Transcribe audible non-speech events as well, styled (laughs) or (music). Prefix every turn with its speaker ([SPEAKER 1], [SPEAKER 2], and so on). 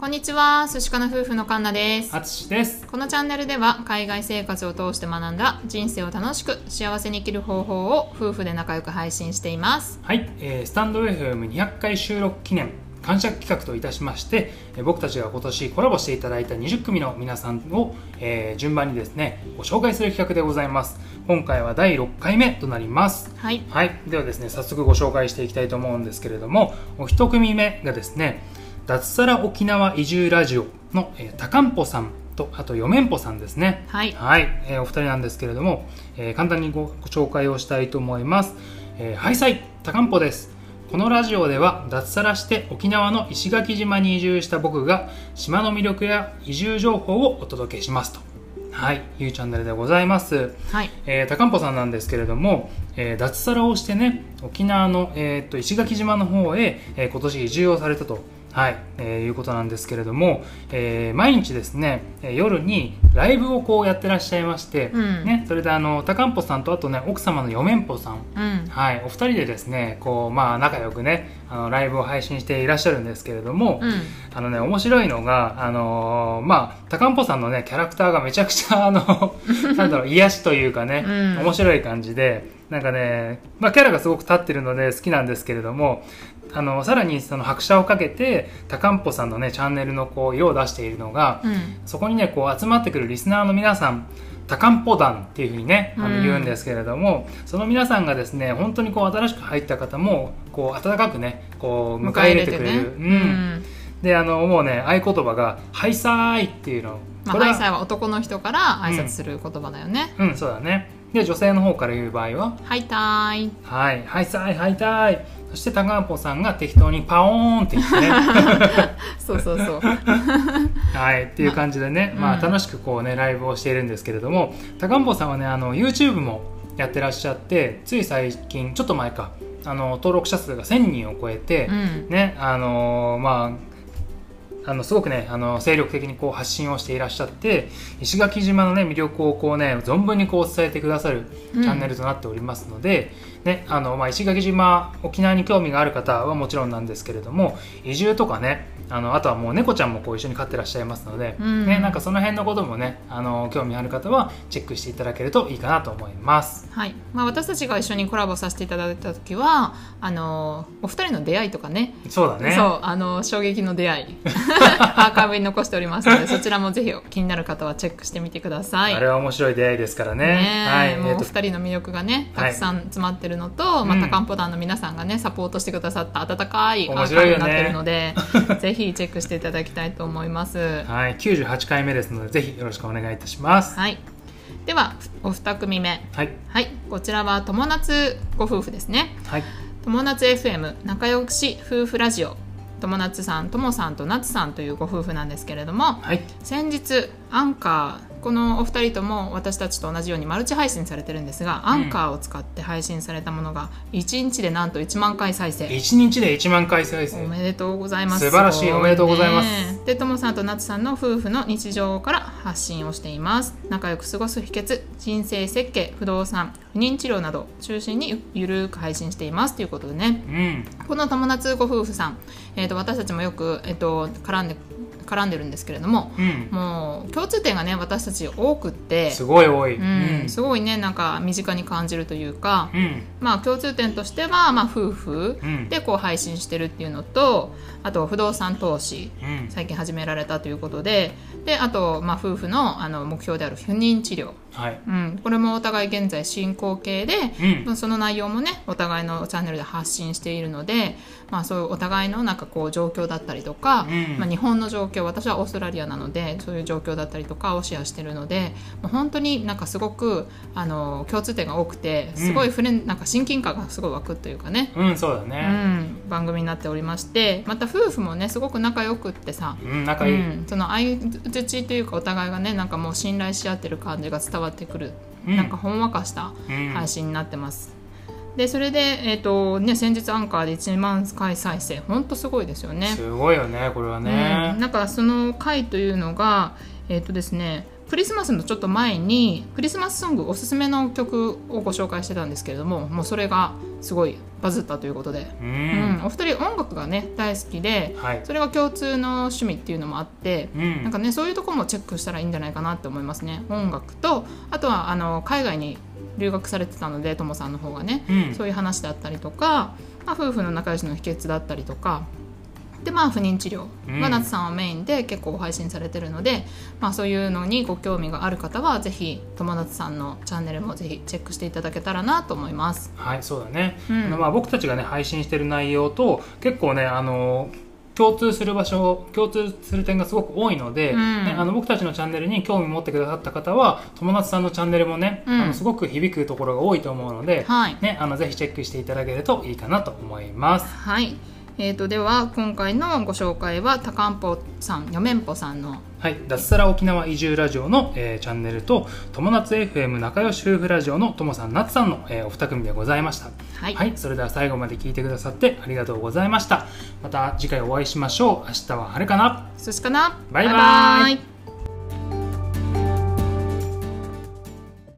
[SPEAKER 1] こんにちは、寿司家の夫婦のカンナです。
[SPEAKER 2] あつしです。
[SPEAKER 1] このチャンネルでは海外生活を通して学んだ人生を楽しく幸せに生きる方法を夫婦で仲良く配信しています。
[SPEAKER 2] はい、えースタンド FM200 回収録記念感謝企画といたしまして、えー僕たちが今年コラボしていただいた20組の皆さんを、えー順番にですね、ご紹介する企画でございます。今回は第6回目となります。
[SPEAKER 1] はい。
[SPEAKER 2] はい、ではですね、早速ご紹介していきたいと思うんですけれども、お一組目がですね、脱サラ沖縄移住ラジオの、えー、高んぽさんと、あと、よめんぽさんですね。
[SPEAKER 1] はい。
[SPEAKER 2] はい、えーお二人なんですけれども、えー簡単にごご紹介をしたいと思います。えー、ハイサイ高んぽです。このラジオでは脱サラして沖縄の石垣島に移住した僕が島の魅力や移住情報をお届けしますと。はい、いうチャンネルでございます。
[SPEAKER 1] はい。
[SPEAKER 2] えー、高んぽさんなんですけれども、えー脱サラをしてね沖縄の、えーっと石垣島の方へ、えー今年移住をされたと、はいえーいうことなんですけれども、えー毎日ですねえー夜にライブをこうやってらっしゃいまして、
[SPEAKER 1] うん
[SPEAKER 2] ね、それであの高んぽさんとあとね奥様の嫁んぽさん
[SPEAKER 1] うん。
[SPEAKER 2] はい、お二人でですねこう、まあ、仲良くねあのライブを配信していらっしゃるんですけれども、
[SPEAKER 1] うん。
[SPEAKER 2] あのね、面白いのが、あのーまあ、高んぽさんのね、キャラクターがめちゃくち
[SPEAKER 1] (laughs)
[SPEAKER 2] ゃ、あの、なんだろう、癒しというかね、
[SPEAKER 1] うん
[SPEAKER 2] 面白い感じで、なんかね、まあ、キャラがすごく立ってるので好きなんですけれども、あの、さらにその拍車をかけて、高んぽさんのね、チャンネルのこう、色を出しているのが、
[SPEAKER 1] うん。
[SPEAKER 2] そこにね、こう集まってくるリスナーの皆さん、多漢方団っていうふうにね、あ
[SPEAKER 1] うん
[SPEAKER 2] の言うんですけれども、その皆さんがですね、本当にこう新しく入った方も、こう温かくね、こう迎え入れてくれる。
[SPEAKER 1] う
[SPEAKER 2] うん
[SPEAKER 1] ん。
[SPEAKER 2] であのもうね合言葉が「ハイサーイ」っていうの、
[SPEAKER 1] まあ、
[SPEAKER 2] これ
[SPEAKER 1] ハ
[SPEAKER 2] は
[SPEAKER 1] イサイは男の人から挨拶する言葉だよね。
[SPEAKER 2] うんそうだねで女性の方から言う場合は
[SPEAKER 1] ハイタイ。
[SPEAKER 2] 「はいハイサーイハイターイ」そして高んぽさんが適当に「パオーン」って言ってね
[SPEAKER 1] そうそうそう。
[SPEAKER 2] はいっていう感じでね、まあ
[SPEAKER 1] うん
[SPEAKER 2] 楽しくこうねライブをしているんですけれども高んぽさんはねあの YouTube もやってらっしゃってつい最近ちょっと前かあの登録者数が1000人を超えて、
[SPEAKER 1] (laughs) うん。
[SPEAKER 2] ねあのーまああのすごくねあの精力的にこう発信をしていらっしゃって石垣島のね魅力をこうね存分にこう伝えてくださる
[SPEAKER 1] うん
[SPEAKER 2] チャンネルとなっておりますので、ねあのまあ、石垣島沖縄に興味がある方はもちろんなんですけれども移住とかねあのあとはもう猫ちゃんもこう一緒に飼ってらっしゃいますので、
[SPEAKER 1] うん
[SPEAKER 2] ね、なんかその辺のこともねあの興味ある方はチェックしていただけるといいかなと思います。
[SPEAKER 1] はいまあ、私たちが一緒にコラボさせていただいた時はあのお二人の出会いとかね
[SPEAKER 2] そうだね
[SPEAKER 1] そうあの衝撃の出会
[SPEAKER 2] (laughs)
[SPEAKER 1] いアーカイブに残しておりますのでそちらもぜひ気になる方はチェックしてみてください。
[SPEAKER 2] あれは面白い出会いですからね。
[SPEAKER 1] ねえ
[SPEAKER 2] はい、
[SPEAKER 1] もう
[SPEAKER 2] え
[SPEAKER 1] お
[SPEAKER 2] ーと
[SPEAKER 1] 二人の魅力がねたくさん詰まってるのと、ま
[SPEAKER 2] うん
[SPEAKER 1] た漢方団の皆さんがねサポートしてくださった温かいア
[SPEAKER 2] 面
[SPEAKER 1] ーカ
[SPEAKER 2] 白
[SPEAKER 1] イブ
[SPEAKER 2] いよ
[SPEAKER 1] に
[SPEAKER 2] ね
[SPEAKER 1] なってるの
[SPEAKER 2] (laughs)
[SPEAKER 1] でぜひチェックしていただきたいと思います。
[SPEAKER 2] はい、98回目ですので、ぜひよろしくお願いいたします。
[SPEAKER 1] はい、ではお二組目、
[SPEAKER 2] はい、
[SPEAKER 1] はい、こちらは友達ご夫婦ですね。
[SPEAKER 2] はい、
[SPEAKER 1] 友達 FM 仲良し夫婦ラジオ友達さんともさんとなつさんというご夫婦なんですけれども
[SPEAKER 2] はい、
[SPEAKER 1] 先日アンカーこのお二人とも私たちと同じようにマルチ配信されてるんですが、アンカーを使って配信されたものが1日でなんと1万回再生
[SPEAKER 2] 1日で1万回再
[SPEAKER 1] お
[SPEAKER 2] 生。
[SPEAKER 1] めでとうございます
[SPEAKER 2] 素晴らしい
[SPEAKER 1] ごね
[SPEAKER 2] おめでとうございます
[SPEAKER 1] でともさんとなつさんの夫婦の日常から発信をしています仲良く過ごす秘訣人生設計不動産不妊治療など中心にゆるく配信していますということでね
[SPEAKER 2] うん、
[SPEAKER 1] この友達ご夫婦さん、えー、と私たちもよく、えー、と絡んで絡んでるんですけれども
[SPEAKER 2] うん、
[SPEAKER 1] もう共通点がね私たち多くって
[SPEAKER 2] すごい多い。う
[SPEAKER 1] うん
[SPEAKER 2] ん、
[SPEAKER 1] すごいねなんか身近に感じるというか、
[SPEAKER 2] うん、
[SPEAKER 1] まあ、共通点としては、まあ、夫婦
[SPEAKER 2] うん
[SPEAKER 1] でこう配信してるっていうのとあと不動産投資
[SPEAKER 2] うん、
[SPEAKER 1] 最近始められたということでであと、まあ、夫婦のあの目標である不妊治療、
[SPEAKER 2] はい。
[SPEAKER 1] うん、これもお互い現在進行形で、
[SPEAKER 2] うん
[SPEAKER 1] まあその内容もねお互いのチャンネルで発信しているので、まあ、そういうお互いのなんかこう状況だったりとか、
[SPEAKER 2] うん
[SPEAKER 1] まあ、日本の状況私はオーストラリアなのでそういう状況だったりとかをシェアしているのでもう本当になんかすごくあの共通点が多くてすごいフレン、なんか親近感がすごい湧くというかね、
[SPEAKER 2] うん、そうだ
[SPEAKER 1] う
[SPEAKER 2] ね。
[SPEAKER 1] ん、番組になっておりましてまた夫婦もねすごく仲良くってさ、
[SPEAKER 2] うん、仲いい。
[SPEAKER 1] うん、その相づちというかお互いがねなんかもう信頼し合ってる感じが伝わってくる、
[SPEAKER 2] うん
[SPEAKER 1] なんかほんわかした
[SPEAKER 2] うん
[SPEAKER 1] 配信になってます。でそれで、えーとね、先日アンカーで1万回再生ほんとすごいですよね。
[SPEAKER 2] すごいよね、これは
[SPEAKER 1] う
[SPEAKER 2] ね
[SPEAKER 1] ん、。なんかその回というのがえっ、とですねクリスマスのちょっと前にクリスマスソングおすすめの曲をご紹介してたんですけれどももうそれがすごいバズったということで、
[SPEAKER 2] う
[SPEAKER 1] うん
[SPEAKER 2] ん、
[SPEAKER 1] お二人音楽がね大好きで
[SPEAKER 2] はい、
[SPEAKER 1] それが共通の趣味っていうのもあって、
[SPEAKER 2] うん、
[SPEAKER 1] なんかねそういうとこもチェックしたらいいんじゃないかなって思いますね音楽とあとはあの海外に留学されてたのでともさんの方がね、
[SPEAKER 2] うん
[SPEAKER 1] そういう話だったりとか、まあ、夫婦の仲良しの秘訣だったりとかでまあ不妊治療
[SPEAKER 2] うん
[SPEAKER 1] が夏さんはメインで結構配信されてるので、まあ、そういうのにご興味がある方はぜひ友達さんのチャンネルもぜひチェックしていただけたらなと思います。
[SPEAKER 2] はい、そうだね、
[SPEAKER 1] うん
[SPEAKER 2] あのまあ、僕たちがね配信してる内容と結構ねあの共通する場所共通する点がすごく多いので、
[SPEAKER 1] うん
[SPEAKER 2] ねあの僕たちのチャンネルに興味持ってくださった方は友達さんのチャンネルもね、
[SPEAKER 1] うん
[SPEAKER 2] あのすごく響くところが多いと思うので、
[SPEAKER 1] はい
[SPEAKER 2] ね、あのぜひチェックしていただけるといいかなと思います。
[SPEAKER 1] はい、えー、とでは今回のご紹介は高んぽさんよめんぽさんの
[SPEAKER 2] はい、脱サラ沖縄移住ラジオの、えーチャンネルと友達 FM 仲良し夫婦ラジオのともさんなつさんの、えーお二組でございました。
[SPEAKER 1] はい、
[SPEAKER 2] はい、それでは最後まで聞いてくださってありがとうございました。また次回お会いしましょう。明日は晴れかな
[SPEAKER 1] 寿司かな
[SPEAKER 2] バイバイ
[SPEAKER 1] バイバイ